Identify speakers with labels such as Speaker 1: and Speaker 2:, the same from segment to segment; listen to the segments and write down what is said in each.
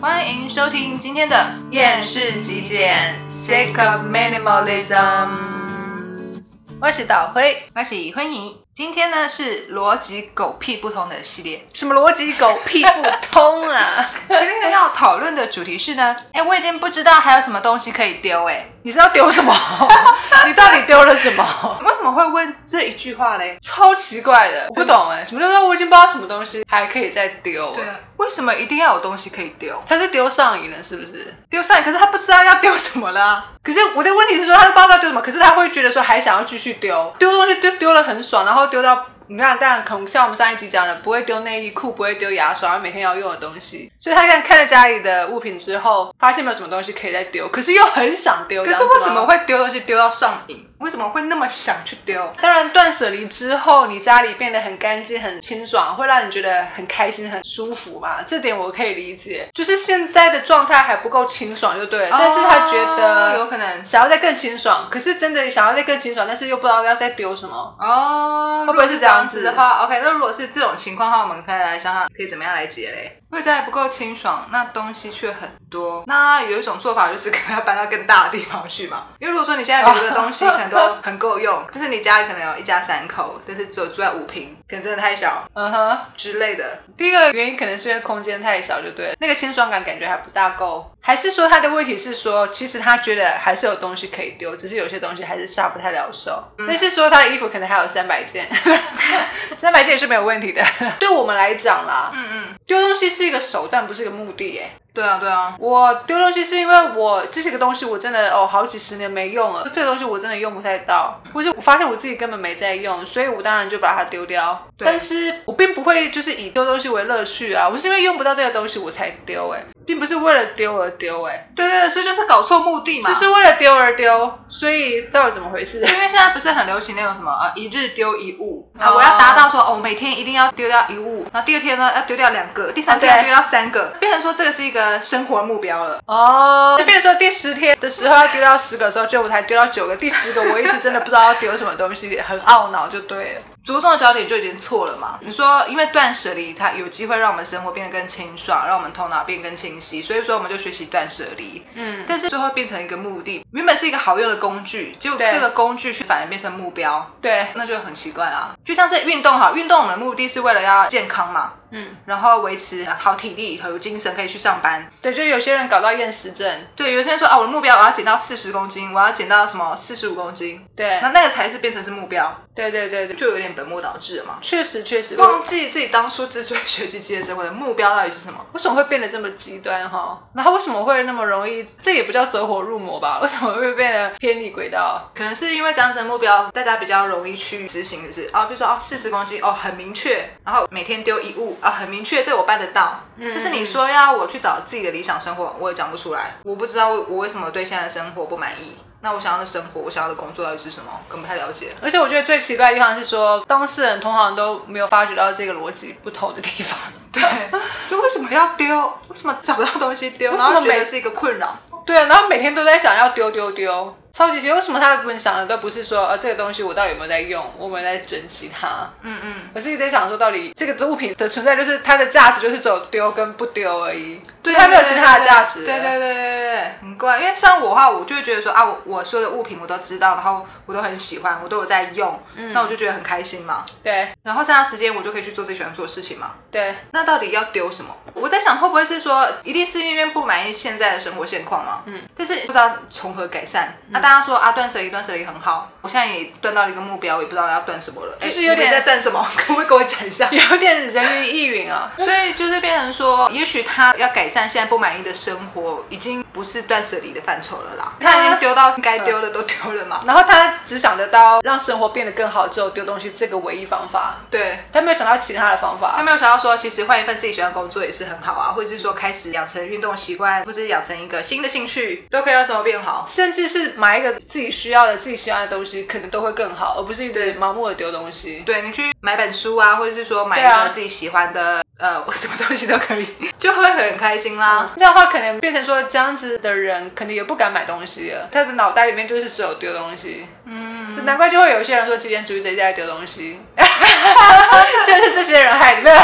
Speaker 1: 欢迎收听今天的厌世极简 （Sick of Minimalism）。我是导辉，我是欢迎。今天呢是逻辑狗屁不通的系列，什么逻辑狗屁不通啊？ 今天要讨论的主题是呢，哎，我已经不知道还有什么东西可以丢哎、
Speaker 2: 你是要丢 什么？你到底丢了什么？
Speaker 1: 为什么会问这一句话嘞？
Speaker 2: 超奇怪的，我不懂哎、什么叫做我已经不知道什么东西还可以再丢？
Speaker 1: 对，啊，为什么一定要有东西可以丢？
Speaker 2: 他是丢上瘾了是不是？
Speaker 1: 丢上来，可是他不知道要丢什么了。
Speaker 2: 可是我的问题是说，他都不知道丢什么，可是他会觉得说还想要继续丢，丢东西丢丢了很爽，然后丢到。你看，当然，可能像我们上一集讲的，不会丢内衣裤，不会丢牙刷，每天要用的东西。所以他看看了家里的物品之后，发现没有什么东西可以再丢，可是又很想丢。
Speaker 1: 可
Speaker 2: 这
Speaker 1: 是
Speaker 2: 样子吗
Speaker 1: 为什么会丢东西丢到上瘾？为什么会那么想去丢？
Speaker 2: 当然，断舍离之后，你家里变得很干净、很清爽，会让你觉得很开心、很舒服嘛。这点我可以理解。就是现在的状态还不够清爽，就对了。但是他觉
Speaker 1: 哦有
Speaker 2: 得
Speaker 1: 可能
Speaker 2: 想要再更清爽，可是真的想要再更清爽，但是又不知道要再丢什么。
Speaker 1: 哦，
Speaker 2: 会不会是这样子
Speaker 1: 如果是的话？OK，那如果是这种情况的话，我们可以来想想可以怎么样来解嘞。因为家里不够清爽，那东西却很多。那有一种做法就是给它搬到更大的地方去嘛。因为如果说你现在留的东
Speaker 2: 哦
Speaker 1: 西可能都很够用，但是你家里可能有一家三口，但是只有住在五平，可能真的太小
Speaker 2: 嗯哼，
Speaker 1: 之类的。
Speaker 2: 第一个原因可能是因为空间太小，就对了，那个清爽感感觉还不大够，还是说他的问题是说，其实他觉得还是有东西可以丢，只是有些东西还是下不太了手。但是说他的衣服可能还有三百件， 三百件也是没有问题 的。对我们来讲啦，嗯嗯，丢东西是一个手段，不是一个目的，哎。
Speaker 1: 对啊，对啊，
Speaker 2: 我丢东西是因为我这些个东西我真的哦好几十年没用了，这个东西我真的用不太到，或者我发现我自己根本没在用，所以我当然就把它丢掉。
Speaker 1: 对
Speaker 2: 但是我并不会就是以丢东西为乐趣啊，我是因为用不到这个东西我才丢哎、并不是为了丢而丢哎、
Speaker 1: 对对对，所以就是搞错目的嘛。
Speaker 2: 只是为了丢而丢，所以到底怎么回 事？
Speaker 1: 因为现在不是很流行那种什么呃一日丢一物啊，
Speaker 2: 哦
Speaker 1: 我要达到说哦每天一定要丢掉一物，然后第二天呢要丢掉两个，第三天
Speaker 2: 哦
Speaker 1: 要
Speaker 2: 对
Speaker 1: 丢掉三个，变成说这个是一个生活目标了。
Speaker 2: 哦，就变成说第十天的时候要丢掉十个的时候，就我才丢掉九个，第十个我一直真的不知道要丢什么东西，很懊恼就对了。
Speaker 1: 着重的焦点就已经错了嘛。
Speaker 2: 嗯
Speaker 1: 你说，因为断舍离，它有机会让我们生活变得更清爽，让我们头脑变更清晰，所以说我们就学习断舍离。嗯，但是最后变成一个目的，原本是一个好用的工具，结果
Speaker 2: 对
Speaker 1: 这个工具却反而变成目标，
Speaker 2: 对，
Speaker 1: 那就很奇怪啊。就像是运动好，运动我们的目的是为了要健康嘛，
Speaker 2: 嗯，
Speaker 1: 然后维持好体力、好精神，可以去上班。
Speaker 2: 对，就有些人搞到厌食症，
Speaker 1: 对，有些人说啊，我的目标我要减到四十公斤，我要减到什么四十五公斤，
Speaker 2: 对
Speaker 1: 那，那个才是变成是目标，
Speaker 2: 对对对对，
Speaker 1: 就有点本末倒置了嘛。
Speaker 2: 确实确实，我
Speaker 1: 忘记自己当初之所以学机器人生活的目标到底是什么。
Speaker 2: 为什么会变得这么极端哈？然后为什么会那么容易？这也不叫走火入魔吧？为什么会变得偏离轨道？
Speaker 1: 可能是因为这样子的目标，大家比较容易去执行的是，哦，比如说哦，四十公斤，哦，很明确，然后每天丢一物，啊、很明确，这我办得到。
Speaker 2: 嗯
Speaker 1: 但是你说要我去找自己的理想生活，我也讲不出来，我不知道我为什么对现在的生活不满意。那我想要的生活，我想要的工作到底是什么，更不太了解。
Speaker 2: 而且我觉得最奇怪的地方是说，当事人通常都没有发觉到这个逻辑不同的地方。
Speaker 1: 对，就为什么要丢？为什么找不到东西丢？然
Speaker 2: 什么
Speaker 1: 后觉得
Speaker 2: 每
Speaker 1: 是一个困扰。
Speaker 2: 对，啊然后每天都在想要丢丢丢，超级急。为什么他们想的都不是说，呃，这个东西我到底有没有在用，我有没有在珍惜它？
Speaker 1: 嗯嗯。
Speaker 2: 我是一直在想说，到底这个物品的存在就是它的价值，就是走丢跟不丢而已，对它没有其他的价值。
Speaker 1: 对对对对对对，很怪。因为像我的话，我就会觉得说啊，我我所有的物品我都知道，然后我都很喜欢，我都有在用，
Speaker 2: 嗯
Speaker 1: 那我就觉得很开心嘛。
Speaker 2: 对
Speaker 1: 然后剩下时间我就可以去做自己喜欢做的事情嘛。
Speaker 2: 对，
Speaker 1: 那到底要丢什么？我在想，会不会是说，一定是因为不满意现在的生活现况嘛？嗯，但是不知道从何改善。
Speaker 2: 嗯
Speaker 1: 那、大家说啊，断舍离，断舍离很好，我现在也断到了一个目标，我也不知道要断什么了。
Speaker 2: 就是
Speaker 1: 哎
Speaker 2: 有
Speaker 1: 你们
Speaker 2: 点
Speaker 1: 在断什么？ 可不可以跟我讲一下？
Speaker 2: 有点人云亦云啊。
Speaker 1: 所以就是变成说，也许他要改善现在不满意的生活，已经不是断舍离的范畴了啦。
Speaker 2: 啊
Speaker 1: 他已经丢到该丢的都丢了嘛。
Speaker 2: 然后他只想得到让生活变得更好之后丢东西这个唯一方法，
Speaker 1: 对，
Speaker 2: 他没有想到其他的方
Speaker 1: 他
Speaker 2: 法。
Speaker 1: 没有想到说，其实换一份自己喜欢的工作也是很好啊，或者是说开始养成运动习惯，或者是养成一个新的兴趣，都可以让生活变好。
Speaker 2: 甚至是买一个自己需要的、自己喜欢的东西，可能都会更好，而不是一直盲目的丢东西。
Speaker 1: 对你去买本书啊，或者是说买
Speaker 2: 对
Speaker 1: 一
Speaker 2: 啊
Speaker 1: 个自己喜欢的，呃，什么东西都可以，就会很开心啦。
Speaker 2: 这样的话，可能变成说这样子的人，可能也不敢买东西了。他的脑袋里面就是只有丢东西，嗯，难怪就会有一些人说极简主义者一直在丢 东西，就是这些人害的。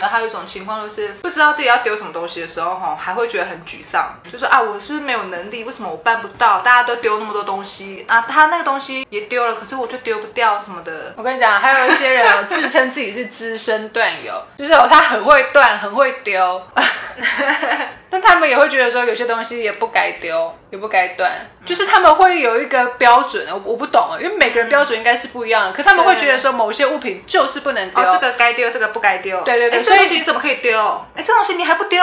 Speaker 1: 然后他有一种情况就是不知道自己要丢什么东西的时候，哈，还会觉得很沮丧，
Speaker 2: 嗯
Speaker 1: 就说啊，我是不是没有能力？为什么我办不到？大家都丢那么多东西啊，他那个东西也丢了，可是我就丢不掉什么的。
Speaker 2: 我跟你讲，还有一些人哦，自称自己是资深段友，就是哦，他很会断，很会丢， 但他们也会觉得说，有些东西也不该丢，也不该断，就是他们会有一个标准，我我不懂啊，因为每个人标准应该是不一样的，可他们会觉得说，某些物品就是不能丢，
Speaker 1: 哦，这个该丢，这个不该丢。
Speaker 2: 对对对
Speaker 1: 哎这
Speaker 2: 所以
Speaker 1: 东西你怎么可以丢？哎，这东西你还 不丢？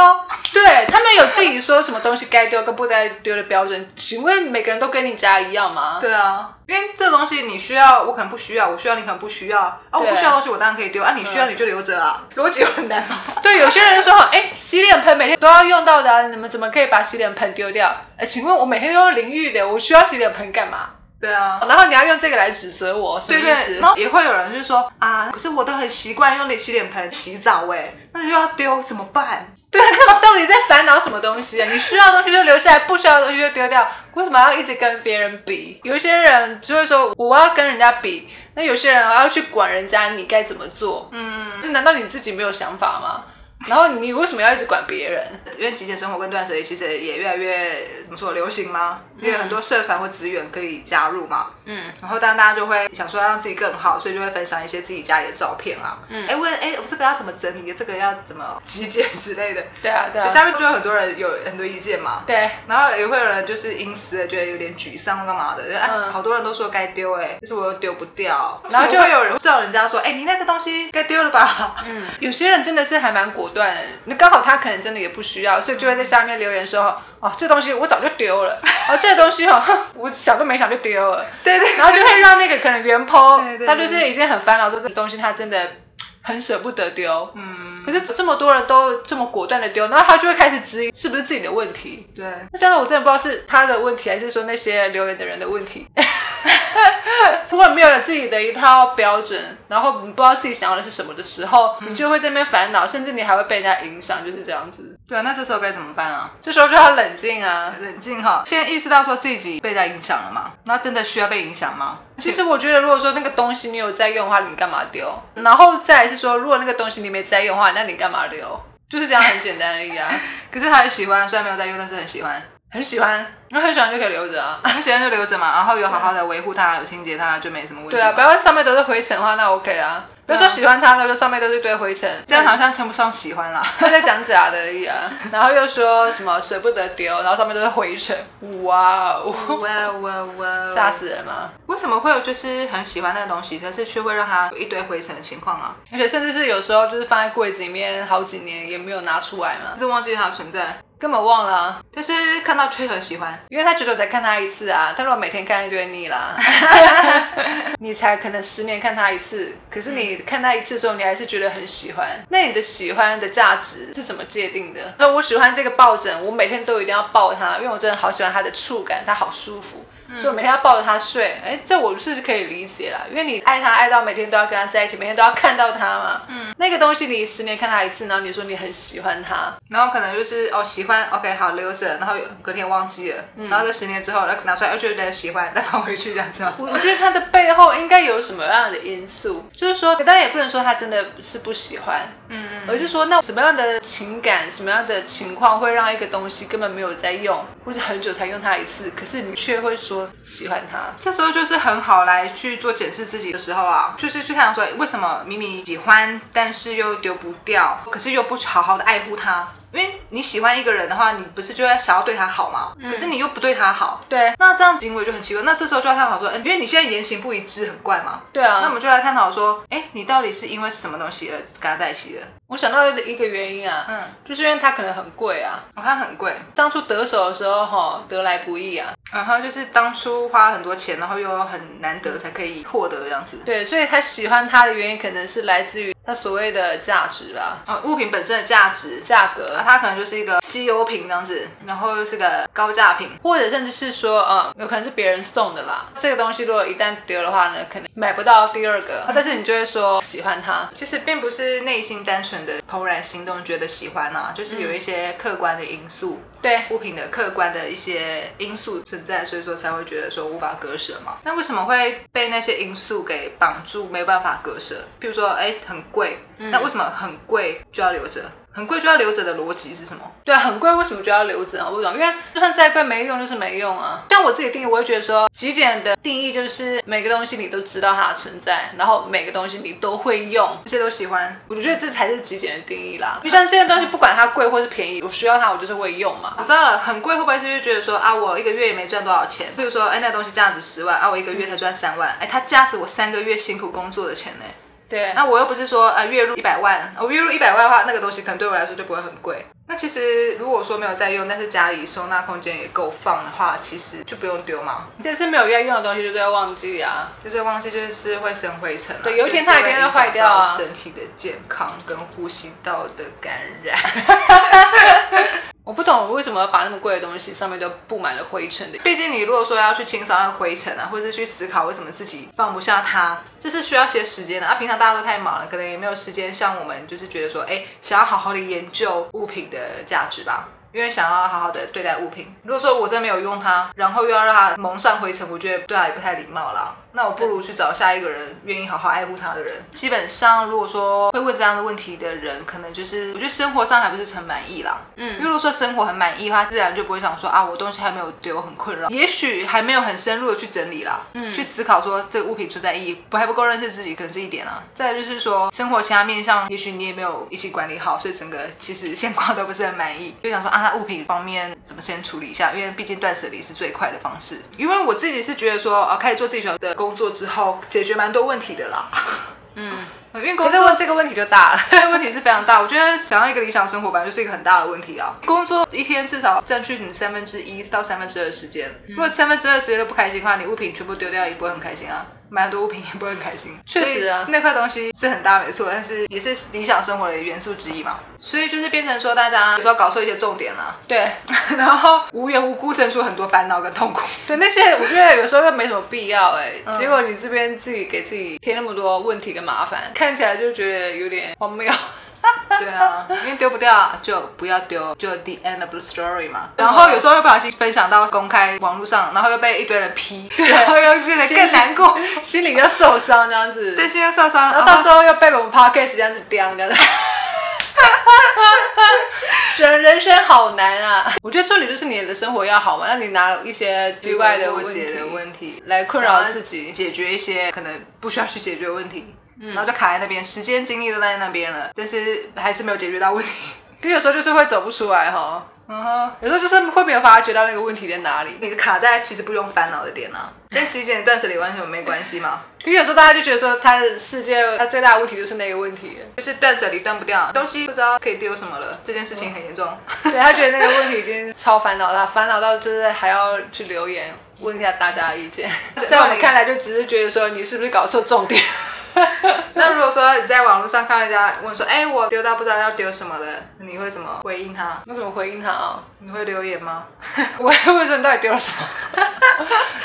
Speaker 2: 对他们有自己说什么东西该丢跟不该丢的标准，请问每个人都跟你家一样吗？
Speaker 1: 对啊，因为这东西你需要，我可能不需要；我需要，你可能不需要。啊，我不需要的东西，我当然可以丢啊，你需要你就留着啊。逻辑很难吗？
Speaker 2: 对，有些人就说，哎、洗脸盆每天都要用到的啊、你们怎么可以把洗脸盆丢掉？哎，请问我每天都要淋浴的，我需要洗脸盆干嘛？
Speaker 1: 对啊，
Speaker 2: 然后你要用这个来指责我，什么
Speaker 1: 对
Speaker 2: 意
Speaker 1: 对，
Speaker 2: 思？
Speaker 1: 然后也会有人就说啊，可是我都很习惯用洗脸盆洗澡哎、那又要丢怎么办？
Speaker 2: 对 他们到底在烦恼什么东西啊？你需要的东西就留下来，不需要的东西就丢掉，为什么要一直跟别人比？有一些人就会说我要跟人家比，那有些人还要去管人家你该怎么做，嗯，这难道你自己没有想法吗？然后你为什么要一直管别人？
Speaker 1: 因为极简生活跟断舍离其实也越来越怎么说流行吗？因为很多社团或资源可以加入嘛。嗯，然后当然大家就会想说要让自己更好，所以就会分享一些自己家里的照片啊。嗯，哎问哎我这个要怎么整理，这个要怎么极简之类的。
Speaker 2: 对啊，对
Speaker 1: 所以
Speaker 2: 啊，
Speaker 1: 下面就有很多人有很多意见嘛。
Speaker 2: 对，
Speaker 1: 然后也会有人就是因此觉得有点沮丧干嘛的，就哎、
Speaker 2: 嗯
Speaker 1: 好多人都说该丢哎，就是我又丢不掉，
Speaker 2: 然后就
Speaker 1: 为什么会有人叫人家说，哎、你那个东西该丢了吧？ 嗯，
Speaker 2: 有些人真的是还蛮果断的，那刚好他可能真的也不需要，所以就会在下面留言说：“
Speaker 1: 嗯
Speaker 2: 哦，这东西我早就 丢了，哦，这个东西哦， 哼我想都没想就丢了。”
Speaker 1: 对对
Speaker 2: 然后就会让那个可能原 po，
Speaker 1: 对对对
Speaker 2: 他就是已经很烦恼，说这个东西他真的很舍不得丢。嗯，可是这么多人都这么果断的丢，然后他就会开始质疑是不是自己的问题。
Speaker 1: 对，
Speaker 2: 那这样子我真的不知道是他的问题，还是说那些留言的人的问题。 如果没有了自己的一套标准，然后你不知道自己想要的是什么的时候，你就会在那边烦恼，甚至你还会被人家影响，就是这样子。
Speaker 1: 对啊，那这时候该怎么办啊？
Speaker 2: 这时候就要冷静啊。
Speaker 1: 冷静哈，现在意识到说自己被人家影响了嘛，那真的需要被影响吗？
Speaker 2: 其实我觉得，如果说那个东西你有在用的话，你干嘛丢？然后再来是说，如果那个东西你没在用的话，那你干嘛留？就是这样，很简单而已 啊。
Speaker 1: 可是他很喜欢，虽然没有在用，但是很喜欢，
Speaker 2: 很喜欢，那很喜欢就可以留着啊。
Speaker 1: 很喜欢就留着嘛，然后有好好的维护它，有清洁它，就没什么问题。
Speaker 2: 对啊，不要上面都是灰尘的话，那 OK 啊。不要说喜欢它，那就上面都是一堆灰尘，
Speaker 1: 这样好像称不上喜欢啦。
Speaker 2: 他在讲假的而已啊，然后又说什么舍不得丢，然后上面都是灰尘， 哇哦，
Speaker 1: 哇哇哇！
Speaker 2: 吓死人嘛！
Speaker 1: 为什么会有就是很喜欢那个东西，可是却会让它有一堆灰尘的情况啊？
Speaker 2: 而且甚至是有时候就是放在柜子里面好几年也没有拿出来嘛
Speaker 1: 就，是忘记它的存在，
Speaker 2: 根本忘了啊、
Speaker 1: 但是看到却很喜欢。
Speaker 2: 因为他觉得我才看他一次啊，他如果每天看就会腻啦，你才可能十年看他一次，可是你看他一次的时候，你还是觉得很喜欢，那你的喜欢的价值是怎么界定的？那我喜欢这个抱枕，我每天都一定要抱它，因为我真的好喜欢它的触感，它好舒服。所以我每天要抱着它睡，哎，这我是可以理解啦，因为你爱它爱到每天都要跟它在一起，每天都要看到它嘛。嗯，那个东西你十年看它一次，然后你说你很喜欢它，
Speaker 1: 然后可能就是哦喜欢，OK 好留着，然后隔天忘记了，然后这十年之后拿出来又觉得喜欢，再放回去这样子吗？
Speaker 2: 我我觉得它的背后应该有什么样的因素，就是说，当然也不能说他真的是不喜欢，嗯，而是说那什么样的情感、什么样的情况会让一个东西根本没有在用，或是很久才用它一次，可是你却会说喜欢它。
Speaker 1: 这时候就是很好来去做检视自己的时候啊，就是去看说为什么明明喜欢，但是又丢不掉，可是又不好好的爱护它。因为你喜欢一个人的话，你不是就要想要对他好吗？可是你又不对他好，
Speaker 2: 对
Speaker 1: 那这样行为就很奇怪。那这时候就要探讨说，嗯，因为你现在言行不一致，很怪嘛。
Speaker 2: 对啊，
Speaker 1: 那我们就来探讨说，哎，你到底是因为什么东西而跟他在一起的？
Speaker 2: 我想到一个原因啊，
Speaker 1: 嗯，
Speaker 2: 就是因为它可能很贵啊，
Speaker 1: 哦，它很贵，
Speaker 2: 当初得手的时候哈得来不易啊，
Speaker 1: 然后就是当初花了很多钱，然后又很难得才可以获得这样子。
Speaker 2: 对，所以他喜欢它的原因可能是来自于它所谓的价值啦，
Speaker 1: 哦，物品本身的价值，
Speaker 2: 价格
Speaker 1: 啊，它可能就是一个稀有品这样子，然后又是个高价品。
Speaker 2: 或者甚至是说，嗯，有可能是别人送的啦。这个东西如果一旦丢的话呢，可能买不到第二个。但是你就会说，说喜欢他，
Speaker 1: 其实并不是内心单纯的怦然心动，觉得喜欢啊，就是有一些客观的因素，
Speaker 2: 对，
Speaker 1: 物品的客观的一些因素存在，所以说才会觉得说无法割舍嘛。那为什么会被那些因素给绑住，没办法割舍？譬如说，哎，很贵，那为什么很贵就要留着？很贵就要留着的逻辑是什么？
Speaker 2: 对，啊很贵，为什么就要留着啊？我不懂，因为就算再贵没用就是没用啊。像我自己定义，我会觉得说，极简的定义就是每个东西你都知道它的存在，然后每个东西你都会用。
Speaker 1: 这些都喜欢，
Speaker 2: 我觉得这才是极简的定义啦。就像这件东西，不管它贵或是便宜，我需要它，我就是会用嘛
Speaker 1: 我。知道了，很贵会不会就是觉得说啊，我一个月也没赚多少钱？譬如说，哎，那东西价值十万，啊，我一个月才赚三万，哎，它价值我三个月辛苦工作的钱呢、
Speaker 2: 对，啊
Speaker 1: 那我又不是说呃月入一百万，我、月入一百万的话，那个东西可能对我来说就不会很贵。那其实如果说没有在用，但是家里收纳空间也够放的话，其实就不用丢嘛，
Speaker 2: 但是没有要用的东西就都要忘记啊。
Speaker 1: 就是忘记就是会生灰尘、啊，
Speaker 2: 对有一天
Speaker 1: 就是
Speaker 2: 它一定会
Speaker 1: 影响
Speaker 2: 坏掉啊
Speaker 1: 到身体的健康跟呼吸道的感染。
Speaker 2: 我不懂为什么要把那么贵的东西上面都布满了灰尘的。
Speaker 1: 毕竟你如果说要去清扫那个灰尘啊，或者是去思考为什么自己放不下它，这是需要一些时间的。啊，平常大家都太忙了，可能也没有时间像我们就是觉得说，哎，想要好好的研究物品的价值吧。因为想要好好的对待物品，如果说我真的没有用它，然后又要让它蒙上灰尘，我觉得对它也不太礼貌啦。那我不如去找下一个人，愿意好好爱护它的人。基本上，如果说会问这样的问题的人，可能就是我觉得生活上还不是很满意啦。因为如果说生活很满意的话，自然就不会想说啊，我东西还没有丢，很困扰。也许还没有很深入的去整理啦，嗯，去思考说这个物品存在意义，不还不够认识自己，可能是一点啊。再来就是说，生活其他面向，也许你也没有一起管理好，所以整个其实现况都不是很满意。就想说啊，那物品方面怎么先处理一下？因为毕竟断舍离是最快的方式。因为我自己是觉得说，啊，开始做自己喜欢的工作之后，解决蛮多问题的啦。 嗯，因为工
Speaker 2: 可
Speaker 1: 作
Speaker 2: 是问这个问题就大了。
Speaker 1: 这个 问题是非常大，我觉得想要一个理想生活本来就是一个很大的问题啊。工作一天至少占据你三分之一到三分之二的时间，
Speaker 2: 嗯
Speaker 1: 如果三分之二时间都不开心的话，你物品全部丢掉也不会很开心啊。买很多物品也不会很开心，
Speaker 2: 确实啊
Speaker 1: 所以那块东西是很大没错，但是也是理想生活的元素之一嘛。所以就是变成说，大家有时候搞错一些重点啦、
Speaker 2: 对
Speaker 1: 然后无缘无故生出很多烦恼跟痛苦。
Speaker 2: 对，那些我觉得有时候都没什么必要哎、结果你这边自己给自己添那么多问题跟麻烦，看起来就觉得有点荒 谬。
Speaker 1: 对啊，因为丢不掉啊就不要丢，就 the end of the story 嘛。然后有时候又不小心分享到公开网络上，然后又被一堆人批，然后又变得更难过，
Speaker 2: 心里又受伤这样子，
Speaker 1: 对，心又受伤。啊
Speaker 2: 然
Speaker 1: 然
Speaker 2: 后到
Speaker 1: 后
Speaker 2: 时候又被我们 podcast 这样子刁， 这样子。人人生好难啊！我觉得重点就是你的生活要好嘛，那你拿一些奇怪的问
Speaker 1: 问
Speaker 2: 题
Speaker 1: 的问题
Speaker 2: 来困扰自己，嗯
Speaker 1: 解决一些可能不需要去解决的问题。然后就卡在那边，时间精力都在那边了，但是还是没有解决到问题。
Speaker 2: 可是有时候就是会走不出来哈。
Speaker 1: 嗯哼，
Speaker 2: 有时候就是会没有发觉到那个问题在哪里。
Speaker 1: 你卡在其实不用烦恼的点啊，跟极简断舍离完全没关系嘛。
Speaker 2: 可是有时候大家就觉得说，他的世界他最大的问题就是那个问题了，
Speaker 1: 就是断舍离断不掉，东西不知道可以丢什么了，这件事情很严重。
Speaker 2: 对他觉得那个问题已经超烦恼了，烦恼到就是还要去留言问一下大家的意见。在我们看来，就只是觉得说你是不是搞错重点。
Speaker 1: 那如果说你在网络上看到人家问说，哎、我丢到不知道要丢什么了，你会怎么回应他？
Speaker 2: 我怎么回应他啊？
Speaker 1: 你会留言吗？
Speaker 2: 我会问说你到底丢了什么？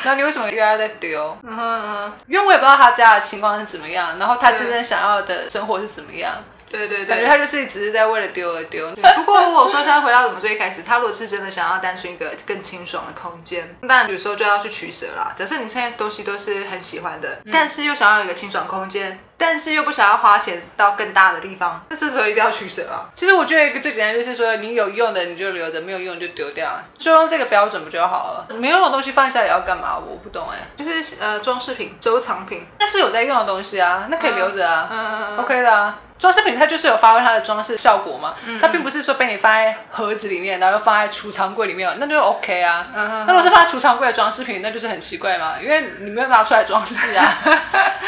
Speaker 2: 然后你为什么又要再丢？
Speaker 1: 嗯哼嗯，
Speaker 2: 因为我也不知道他家的情况是怎么样，然后他真正想要的生活是怎么样，
Speaker 1: 对对
Speaker 2: 感觉
Speaker 1: 对。
Speaker 2: 他就是只是在为了丢而丢。
Speaker 1: 不过如果说他回到我们最一开始，他如果是真的想要单纯一个更清爽的空间，那有时候就要去取舍啦。假设你现在东西都是很喜欢的，但是又想要有一个清爽空间，但是又不想要花钱到更大的地方，那这时候一定要取舍啊。
Speaker 2: 其实我觉得一个最简单就是说，你有用的你就留着，没有用就丢掉，就用这个标准不就好了？没用的东西放下也要干嘛？我不懂哎、
Speaker 1: 就是呃装饰品、收藏品，
Speaker 2: 但是有在用的东西啊，那可以留着啊、
Speaker 1: 嗯
Speaker 2: o k 的啊。装饰品它就是有发挥它的装饰效果嘛，它并不是说被你放在盒子里面，然后又放在储藏柜里面，那就 OK 啊。那如果是放在储藏柜的装饰品，那就是很奇怪嘛，因为你没有拿出来装饰 啊。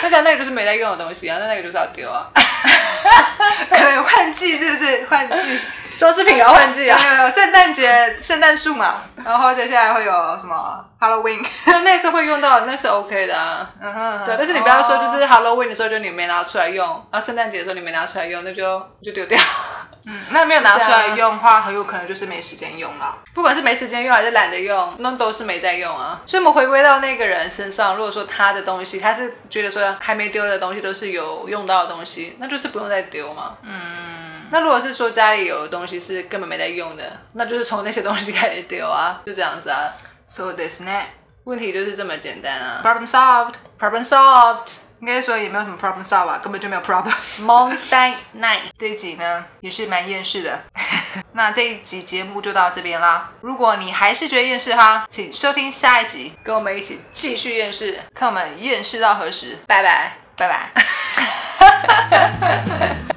Speaker 2: 那讲那个就是没在用的东西啊，那那个就是要丢啊。
Speaker 1: 可能有换季是不是？换季。
Speaker 2: 装饰品也要换季啊。
Speaker 1: 有有有圣诞节圣诞树嘛，然后接下来会有什么 Halloween，
Speaker 2: 那那是会用到，那是 OK 的啊。
Speaker 1: 嗯
Speaker 2: 对，但是你不要说
Speaker 1: 哦
Speaker 2: 就是 Halloween 的时候就你没拿出来用，然后圣诞节的时候你没拿出来用，那就就丢掉。
Speaker 1: 嗯，那没有拿出
Speaker 2: 这
Speaker 1: 来
Speaker 2: 样
Speaker 1: 用的话，很有可能就是没时间用了。
Speaker 2: 不管是没时间用还是懒得用，那都是没在用啊。所以我们回归到那个人身上，如果说他的东西，他是觉得说还没丢的东西都是有用到的东西，那就是不用再丢嘛。嗯。那如果是说家里有的东西是根本没在用的，那就是从那些东西开始丢啊，就这样子啊。
Speaker 1: So this net
Speaker 2: 问题就是这么简单啊。
Speaker 1: problem solved，
Speaker 2: Problem solved，
Speaker 1: 应该说也没有什么 problem solved 吧，根本就没有 problem。
Speaker 2: 蒙呆奈。
Speaker 1: 这一集呢也是蛮厌世的， 那这一集节目就到这边啦。如果你还是觉得厌世哈，请收听下一集，
Speaker 2: 跟我们一起继续厌世，
Speaker 1: 看我们厌世到何时。
Speaker 2: 拜拜。
Speaker 1: 拜拜。